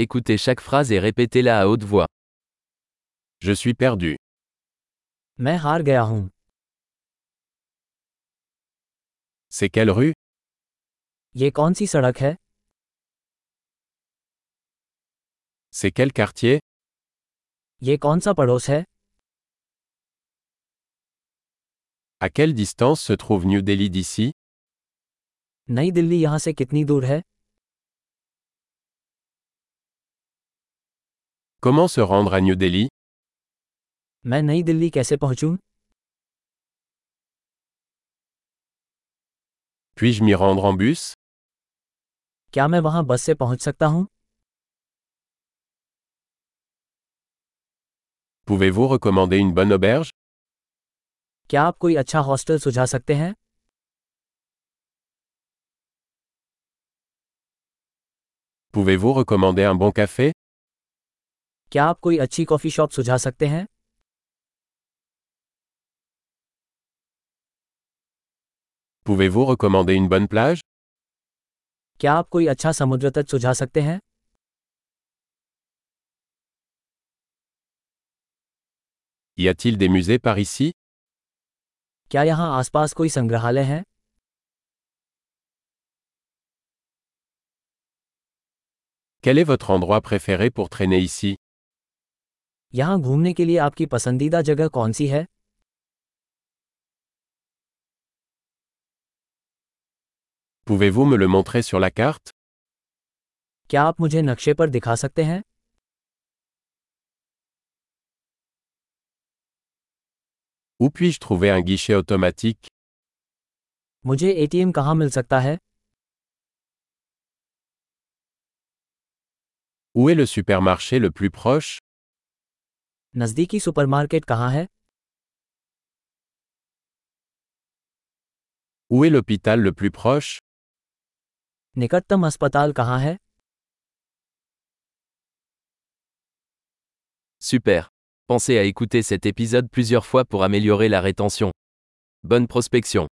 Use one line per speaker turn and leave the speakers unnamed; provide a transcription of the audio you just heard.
Écoutez chaque phrase et répétez-la à haute voix.
Je suis perdu.
मैं हार गया हूँ
C'est quelle rue
ये कौन सी सड़क है
C'est quel quartier
ये कौन सा पड़ोस है
À quelle distance se trouve New Delhi d'ici
नई दिल्ली यहाँ से कितनी दूर है
Comment se rendre à New Delhi
मैं नई दिल्ली कैसे पहुँचूँ
Puis-je m'y rendre en bus
क्या मैं वहाँ बस से पहुँच सकता हूँ
Pouvez-vous recommander une bonne auberge
क्या आप कोई अच्छा हॉस्टल सुझा सकते हैं
Pouvez-vous recommander un bon café
क्या आप कोई अच्छी कॉफ़ी शॉप सुझा सकते हैं
Pouvez-vous recommander une bonne plage
क्या आप कोई अच्छा समुद्र तट सुझा सकते हैं
Y a-t-il des musées par ici
क्या यहाँ आसपास कोई संग्रहालय है
Quel est votre endroit préféré pour traîner ici
यहाँ घूमने के लिए आपकी पसंदीदा जगह कौन सी है
Pouvez-vous me le montrer sur la carte
क्या आप मुझे नक्शे पर दिखा सकते हैं
Où puis-je trouver un guichet automatique
मुझे एटीएम कहाँ मिल सकता है
Où est le supermarché le plus proche
नज़दीकी सुपरमार्केट कहाँ है
Où est l'hôpital le plus proche
निकटतम अस्पताल कहाँ है
Super. Pensez à écouter cet épisode plusieurs fois pour améliorer la rétention. Bonne prospection.